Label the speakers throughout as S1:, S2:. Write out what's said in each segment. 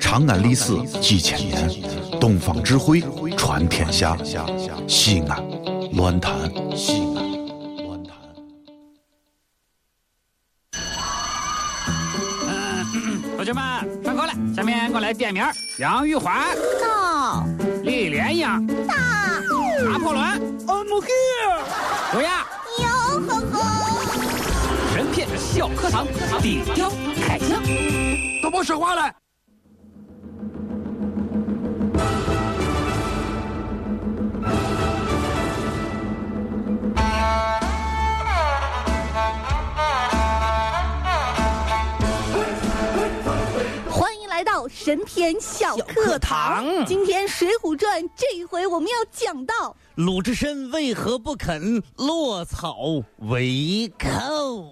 S1: 长安历史几千年，东方智慧传天下。西安，乱谈西安。乱谈。
S2: 同学们，上课了，下面我来点名儿：杨玉环、
S3: 到
S2: 李莲英、
S3: 大
S2: 拿破仑、
S4: I'm here。
S2: 卓雅。
S3: 哟呵呵，
S2: 神片小课堂，底雕开箱。
S4: 都别说话了。
S3: 欢迎来到神篇小课堂。
S5: 堂
S3: 今天《水浒传》这一回我们要讲到
S5: 鲁智深为何不肯落草为寇？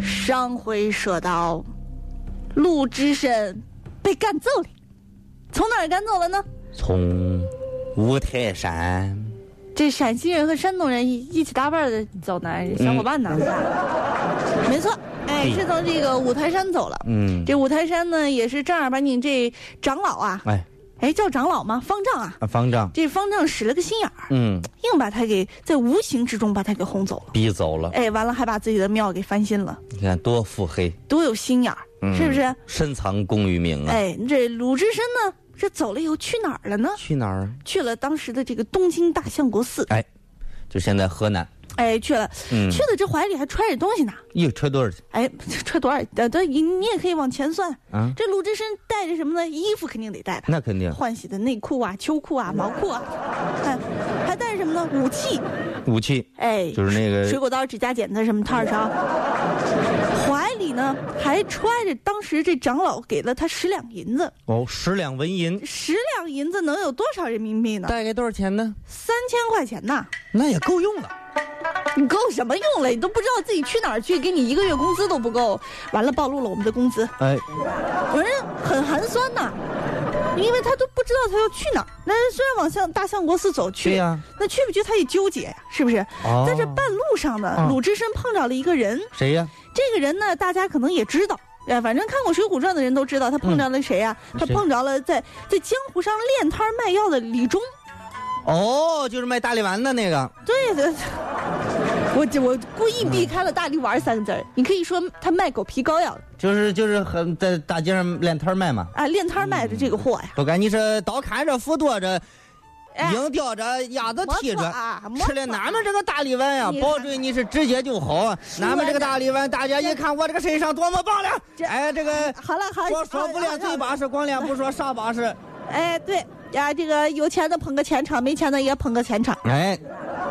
S3: 上回说到，鲁智深被赶走了，从哪儿赶走了呢？
S5: 从五台山，
S6: 这陕西人和山东人一一起搭伴儿的走南小伙伴呢？
S3: 没错，哎，
S5: 对
S3: 是从这个五台山走了。
S5: 嗯，
S3: 这五台山呢，也是正儿八经这长老啊，
S5: 哎，
S3: 哎，叫长老吗？方丈啊，
S5: 啊方丈，
S3: 这方丈使了个心眼儿，
S5: 嗯，
S3: 硬把他给在无形之中把他给轰走了。
S5: 逼走了，嗯
S3: 哎，完了还把自己的庙给翻新了，
S5: 你看多腹黑，
S3: 多有心眼儿，
S5: 嗯
S3: 是不是？
S5: 深藏功与名啊！
S3: 哎，这鲁智深呢，这走了以后去哪儿了呢？
S5: 去哪儿啊？
S3: 去了当时的这个东京大相国寺，
S5: 哎，就现在河南，
S3: 哎，去了，
S5: 嗯
S3: 去了，这怀里还揣着东西呢。
S5: 一车多少钱？
S3: 哎，揣多少？等等，你你也可以往前算。
S5: 啊
S3: 这鲁智深带着什么呢？衣服肯定得带吧，
S5: 那肯定，
S3: 换洗的内裤啊、秋裤啊、毛裤啊，哎，还带着什么呢？武器，
S5: 武器
S3: 哎，
S5: 就是那
S3: 水
S5: 个
S3: 果刀、指甲剪子什么套上。怀里呢还揣着当时这长老给了他十两银子，
S5: 哦，十两纹银，
S3: 十两银子能有多少人民币呢？
S5: 大概多少钱呢？
S3: 三千块钱呐！
S5: 那也够用了。
S3: 你够什么用了？你都不知道自己去哪儿去，给你一个月工资都不够。完了，暴露了我们的工资，
S5: 哎，
S3: 有人很寒酸呐，因为他都不知道他要去哪儿。那虽然往向大相国寺走去，
S5: 对呀
S3: 那去不去他也纠结呀，是不是？
S5: 哦
S3: 在这半路上呢，
S5: 嗯
S3: 鲁智深碰着了一个人，
S5: 谁呀？
S3: 这个人呢，大家可能也知道。哎，反正看过《水浒传》的人都知道，他碰着了谁呀、他
S5: 嗯谁
S3: 碰着了在在江湖上练摊卖药的李忠。
S5: 哦，就是卖大力丸的那个。
S3: 对对，对 我这我故意避开了“大力丸”三个字儿。你可以说他卖狗皮膏药的
S5: 就是就是很在大街上练摊儿卖嘛，
S3: 啊，练摊儿卖的这个货呀，
S5: 都该你是刀砍着斧剁着，
S3: 哎
S5: 鹰叼着鸭子
S3: 没
S5: 踢
S3: 错
S5: 着，
S3: 啊，没
S5: 吃了
S3: 错
S5: 俺们这个大力丸呀，
S3: 你看
S5: 保准你是直接就好啊。
S3: 完
S5: 俺们这个大力丸，大家一看我这个身上多么棒了，哎，这个
S3: 好了好了，
S5: 光说不
S3: 好
S5: 练
S3: 了
S5: 嘴巴是，光练不说啥巴是。
S3: 哎对。呀，这个有钱的捧个钱场，没钱的也捧个钱场，
S5: 哎，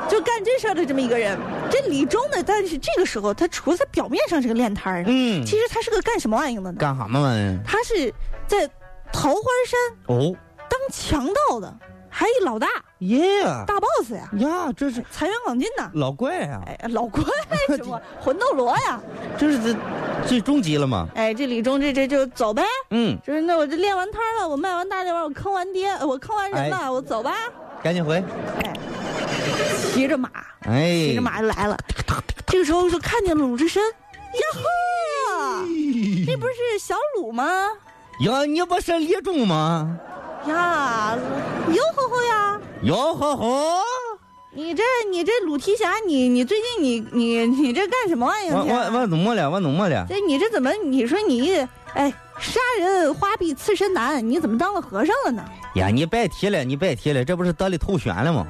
S3: 就干这事儿的这么一个人。这李忠呢，但是这个时候他除了他表面上是个练摊儿啊，
S5: 嗯
S3: 其实他是个干什么玩意儿的呢？
S5: 干啥嘛玩意儿？
S3: 他是在桃花山
S5: 哦，
S3: 当强盗的，还一老大
S5: 耶
S3: 大 boss 呀，
S5: 呀，这是
S3: 财源广进呐。
S5: 老怪呀，
S3: 哎，老怪什 么魂斗罗呀？
S5: 这是这最终极了嘛？
S3: 哎，这李忠这这就走呗，
S5: 嗯，
S3: 就是那我这练完摊儿了，我卖完大力丸，我坑完爹，呃我坑完人了，
S5: 哎
S3: 我走吧。
S5: 赶紧回。
S3: 哎，骑着马，
S5: 哎，
S3: 骑着马就来了。这个时候就看见了鲁智深，
S5: 哎
S3: 呀呵，这不是小鲁吗？
S5: 呀，你不是李忠吗？
S3: 呀，哟吼吼呀！
S5: 哟呵呵，
S3: 你这你这鲁提辖，你你最近你你你这干什么玩意
S5: 我
S3: 儿去啊？
S5: 我我怎么了？我怎么了？
S3: 这你这怎么？你说你哎，杀人花臂刺身难，你怎么当了和尚了呢？
S5: 呀，你别提了，你别提了，这不是得了头悬了吗？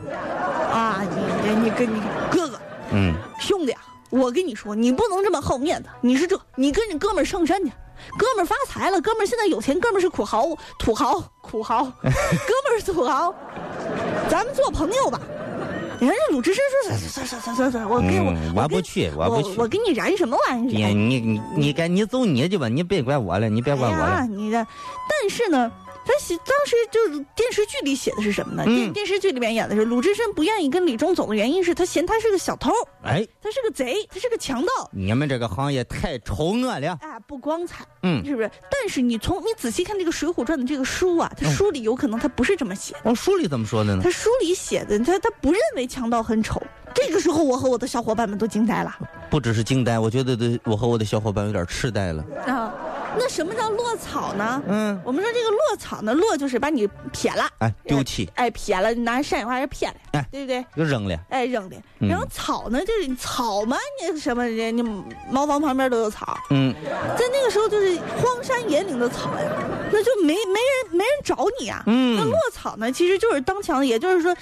S3: 啊，你这你跟你哥哥
S5: 嗯，
S3: 兄弟啊，我跟你说，你不能这么好面子。你是这，你跟你哥们儿上山去，哥们儿发财了，哥们儿现在有钱，哥们儿是土豪，土豪，土 豪，哥们儿是土豪，咱们做朋友吧。人家鲁智深说：“算算算算算算，我跟我、
S5: 嗯
S3: 我
S5: 我不
S3: 跟
S5: 去
S3: 我
S5: 我不去
S3: 我跟你燃什么玩意
S5: 你
S3: 儿？
S5: 你你你该你走你去吧，你别怪我了，你别怪我
S3: 哎呀
S5: 了。
S3: 你这，但是呢，他他写当时就是电视剧里写的是什么呢？电、
S5: 嗯
S3: 电视剧里面演的是鲁智深不愿意跟李忠走的原因是他嫌他是个小偷，
S5: 哎，
S3: 他是个贼，他是个强盗，
S5: 你们这个行业太丑恶了。
S3: 哎，不光彩，
S5: 嗯
S3: 是不是？但是你从你仔细看这个《水浒传》的这个书啊，
S5: 嗯
S3: 他书里有可能他不是这么写的，
S5: 哦，书里怎么说的呢？
S3: 他书里写的他他不认为强盗很丑。这个时候，我和我的小伙伴们都惊呆了
S5: 不只是惊呆，我觉得对我和我的小伙伴有点痴呆了。
S3: 啊！那什么叫落草呢？
S5: 嗯，
S3: 我们说这个落草呢，落就是把你撇了，
S5: 哎，丢弃，
S3: 哎，撇了，你拿山水画是撇了，
S5: 哎
S3: 对不对？
S5: 又扔了。
S3: 哎，扔的。
S5: 嗯
S3: 然后草呢，就是草嘛，你什么人，你茅房旁边都有草，
S5: 嗯，
S3: 在那个时候就是荒山野岭的草呀，那就没没人没人找你啊。
S5: 嗯
S3: 那落草呢，其实就是当强，也就是说，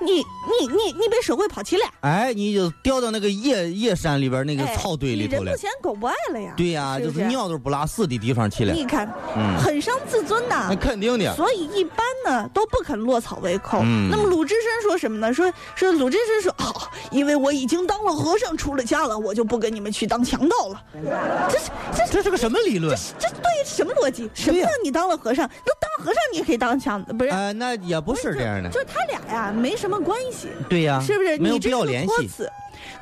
S3: 你你你你被社会抛弃了，
S5: 哎，你就掉到那个野野山里边那个
S3: 哎
S5: 草堆里
S3: 你人
S5: 头了
S3: 不。嫌狗不爱了呀。
S5: 对呀、
S3: 是
S5: 就
S3: 不
S5: 是尿都不拉屎的地方去了。
S3: 你看，
S5: 嗯
S3: 很伤自尊呐、
S5: 那肯定的。
S3: 所以一般呢都不肯落草为寇。
S5: 嗯
S3: 那么鲁智深说什么呢？说说鲁智深说哦，因为我已经当了和尚，出了家了，我就不跟你们去当强盗了。这是这是
S5: 这是个什么理论？
S3: 这是对什么逻辑？什么
S5: 对呀
S3: 叫你当了和尚？那当和尚你也可以当强，不是？
S5: 呃，那也不是这样的。
S3: 就是他俩呀没什么关系，
S5: 对呀、
S3: 是不是？
S5: 没有
S3: 你这
S5: 必
S3: 是
S5: 要
S3: 个
S5: 联
S3: 托
S5: 系。
S3: 词。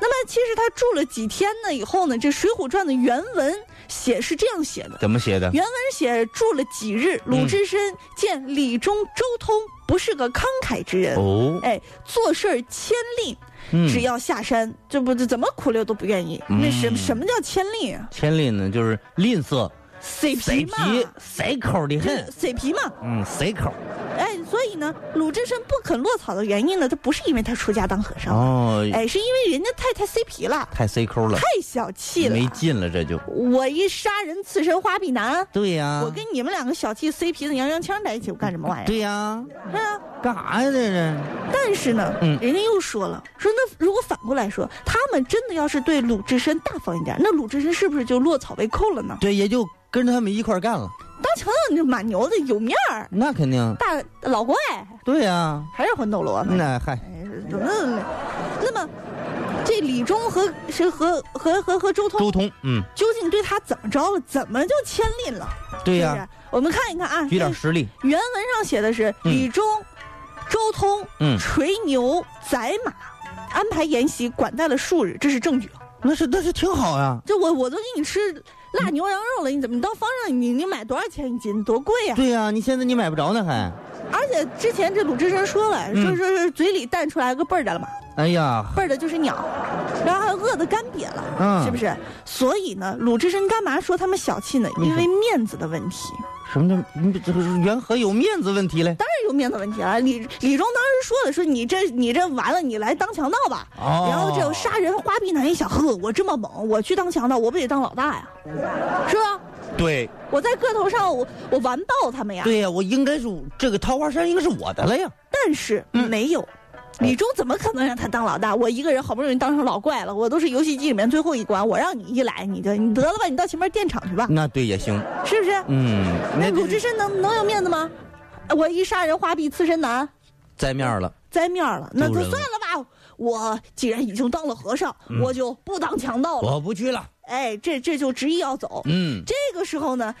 S3: 那么其实他住了几天呢以后呢，这《水浒传》的原文写是这样写的。
S5: 怎么写的？
S3: 原文写住了几日，鲁智深见李忠、周通不是个慷慨之人，
S5: 哦，
S3: 哎，做事儿谦吝，
S5: 嗯
S3: 只要下山，这不这怎么苦溜都不愿意。那什
S5: 嗯
S3: 什么叫谦吝啊？
S5: 千里呢就是吝啬，
S3: 水
S5: 塞
S3: 皮嘛，
S5: 皮塞口的很。
S3: 水皮嘛，
S5: 嗯，塞口。
S3: 哎，所以呢，鲁智深不肯落草的原因呢，他不是因为他出家当和尚，
S5: 哦，
S3: 哎，是因为人家太太 C 皮了，
S5: 太塞口了，
S3: 太小气了。
S5: 没劲了，这就。
S3: 我一杀人刺身花臂男，
S5: 对呀、
S3: 我跟你们两个小气 C 皮的娘娘腔在一起，我干什么玩意儿？
S5: 对呀、
S3: 是啊。
S5: 干啥呀？这是？
S3: 但是呢，
S5: 嗯
S3: 人家又说了，说那如果反过来说，他们真的要是对鲁智深大方一点，那鲁智深是不是就落草为寇了呢？
S5: 对，也就跟着他们一块儿干了。
S3: 当强盗你就蛮牛的，有面儿，
S5: 那肯定。
S3: 大老怪，
S5: 对呀、
S3: 还是魂斗罗呢。
S5: 那嗨，
S3: 哎怎么那么，这李忠和是和和和和周通
S5: 周通，嗯，
S3: 究竟对他怎么着了？怎么就牵连了？
S5: 对呀、
S3: 是不是我们看一看啊，
S5: 举点实力。
S3: 原文上写的是
S5: 嗯
S3: 李忠、周通、
S5: 嗯
S3: 垂牛、宰马，安排筵席，管待了数日，这是正举。
S5: 那是那是挺好呀、
S3: 这我我都给你吃
S5: 嗯
S3: 辣牛羊肉了，你怎么你到方上你你买多少钱一斤？多哎贵呀、
S5: 对呀、你现在你买不着呢还。
S3: 而且之前这鲁智深说了，说
S5: 嗯
S3: 说是嘴里淡出来个贝儿的了嘛，
S5: 哎呀，
S3: 贝儿的就是鸟，然后还饿得干瘪了，
S5: 嗯
S3: 是不是？所以呢，鲁智深干嘛说他们小气呢？
S5: 为什
S3: 因
S5: 么
S3: 为面子的问题，
S5: 什么叫你这个缘何有面子问题嘞？
S3: 当然有面子问题了。李李忠当时说了，说你这你这完了，你来当强盗吧。
S5: 哦
S3: 然后这杀人花臂男一想，呵，我这么猛，我去当强盗，我不得当老大呀，是吧？
S5: 对
S3: 我在个头上，我我完爆他们呀。
S5: 对呀、我应该是这个桃花山应该是我的了呀。
S3: 但是
S5: 嗯
S3: 没有。李忠怎么可能让他当老大？我一个人好不容易当上老怪了，我都是游戏机里面最后一关，我让你一来你就你得了吧，你到前面电厂去吧，
S5: 那对也行，
S3: 是不是？
S5: 嗯，
S3: 那
S5: 那
S3: 鲁
S5: 这
S3: 智
S5: 是
S3: 深能能有面子吗？呃我一杀人花臂刺身男，
S5: 栽面儿了。
S3: 栽面了，那就
S5: 丢人
S3: 算
S5: 了嗯
S3: 了吧。我既然已经当了和尚，我就不当强盗了。
S5: 我不去了。
S3: 哎，这这就执意要走。
S5: 嗯，
S3: 这个时候呢，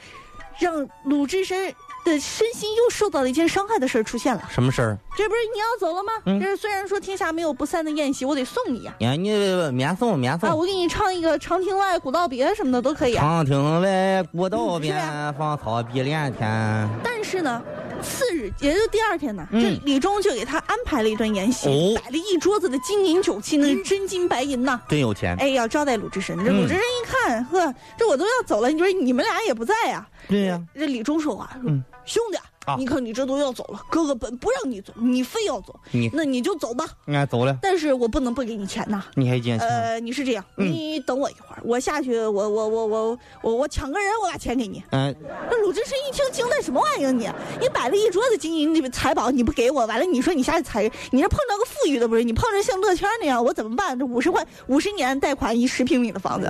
S3: 让鲁智深的身心又受到了一件伤害的事儿出现了。
S5: 什么事儿？
S3: 这不是你要走了吗？
S5: 嗯
S3: 这是虽然说天下没有不散的宴席，我得送你呀、
S5: 呀，你呃免送免
S3: 啊！
S5: 送。
S3: 我给你唱一个《长亭外，古道别》什么的都可以啊。
S5: 长亭外，古道边
S3: 嗯是，
S5: 芳草碧连天。
S3: 但是呢，次日也就第二天呢，
S5: 嗯
S3: 这李忠就给他安排了一顿宴席，
S5: 哦
S3: 摆了一桌子的金银酒器，那是真金白银呐、
S5: 真有钱。
S3: 哎，要招待鲁智深。这
S5: 嗯
S3: 鲁智深一看，呵，这我都要走了，你说你们俩也不在呀、
S5: 对呀、
S3: 这李忠说话，
S5: 嗯
S3: 兄弟，
S5: 啊
S3: 你看你这都要走了，哥哥本不让你走，你非要走，
S5: 你
S3: 那你就走吧。
S5: 俺走了，
S3: 但是我不能不给你钱呐、
S5: 你还捡钱？
S3: 呃，你是这样，
S5: 嗯
S3: 你等我一会儿，我下去，我我我我我我抢个人，我把钱给你。
S5: 嗯、
S3: 那鲁智深一听，惊呆，什么玩意儿你？你摆了一桌子金银财宝，你不给我，完了你说你下去采，你这碰着个富裕的不是？你碰着像乐圈那样，我怎么办？这五十块五十年贷款一十平米的房子，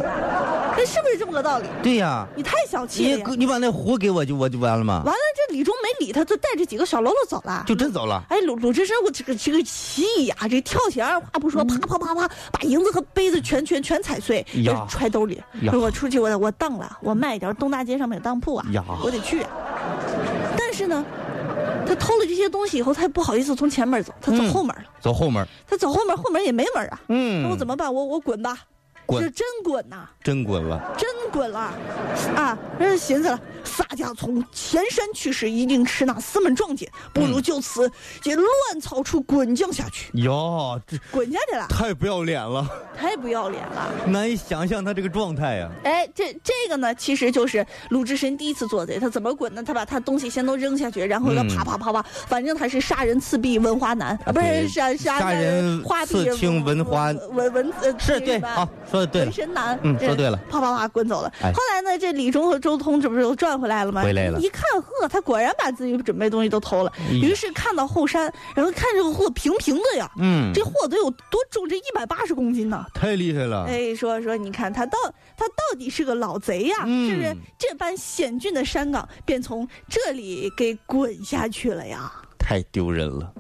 S3: 这是不是这么个道理？
S5: 对呀、
S3: 你太小气
S5: 你
S3: 了呀！
S5: 你把那壶给我就我就完了吗？
S3: 完了，这李忠没理他，就带着几个小喽啰走了。
S5: 就真走了。
S3: 哎，鲁鲁智深，我这个这个气呀、这跳起来二话不
S5: 嗯
S3: 说，啪啪啪啪，把银子和杯子全全全踩碎，
S5: 呀
S3: 就揣兜里。
S5: 呀
S3: 我出去，我我当了，我卖一点，东大街上面有当铺啊
S5: 呀，
S3: 我得去。但是呢，他偷了这些东西以后，他也不好意思从前门走，他走
S5: 嗯
S3: 后门了。
S5: 走后门，
S3: 他走后门，后门也没门啊。
S5: 嗯，
S3: 那我怎么办？我我滚吧，
S5: 滚
S3: 是真滚呐、
S5: 真滚了？
S3: 真滚了，啊！这寻思了，洒家从前山去时，一定吃那四门壮锦，不如就此这乱草处滚将下去，
S5: 哟，这
S3: 滚下去了，
S5: 太不要脸了，
S3: 太不要脸了！
S5: 难以想象他这个状态呀、
S3: 哎，这这个呢，其实就是鲁智深第一次做贼，他怎么滚呢？他把他东西先都扔下去，然后要
S5: 嗯
S3: 啪啪啪啪，反正他是杀人刺婢文花男，啊，不
S5: 对
S3: 是杀杀
S5: 杀人
S3: 花臂
S5: 哎刺青文花
S3: 文文呃
S5: 是对，哦好、说的对了
S3: 纹，身男，
S5: 嗯
S3: 这
S5: 说对了，
S3: 啪啪啪滚走了。
S5: 哎
S3: 后来呢，这李忠和周通这不是又转回来了吗？
S5: 回来了嗯
S3: 一看，呵，他果然把自己准备的东西都偷了。
S5: 呀
S3: 于是看到后山，然后看这个货平平的呀，
S5: 嗯
S3: 这，货得有多重？这一百八十公斤呢。
S5: 太厉害了，
S3: 哎，说说，你看他到他到底是个老贼呀，
S5: 嗯
S3: 是不是？这般险峻的山岗，便从这里给滚下去了呀。
S5: 太丢人了。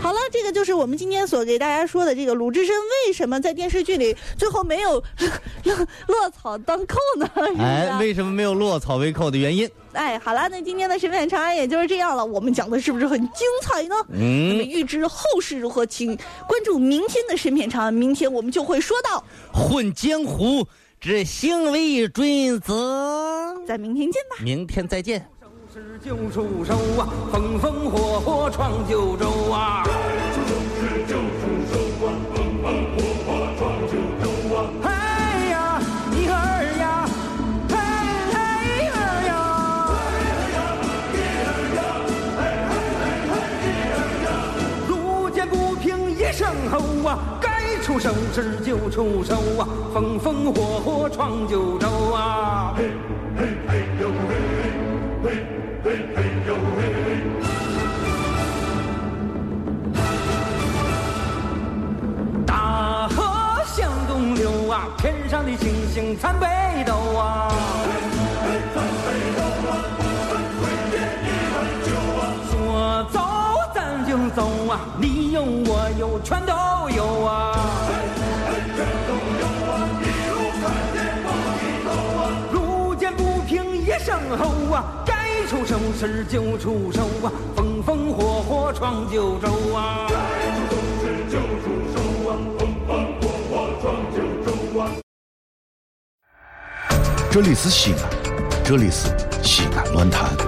S3: 好了，这个就是我们今天所给大家说的这个鲁智深为什么在电视剧里最后没有 落落草当寇呢？是 不是
S5: 哎， 为什么没有落草为寇的原因？
S3: 哎，好了，那今天的神片长安也就是这样了。我们讲的是不是很精彩呢？那么
S5: 嗯，
S3: 预知后事如何，请关注明天的神片长安。明天我们就会说到，
S5: 混江湖之行为准则。
S3: 咱明天见吧。
S5: 明天再见。
S4: 是救楚州啊，风风火火闯九州啊！哎呀，一儿呀，嘿嘿儿呀！路见不平一声吼啊，该出手时就出手啊，风风火火闯九州啊！大河向东流啊，天上的星星参北斗啊。说走咱就走啊，你有我有全都有啊。路见不平一声吼啊，该出手时就出手啊，风风火火闯九州啊。
S1: 这里是西安，这里是西安论坛。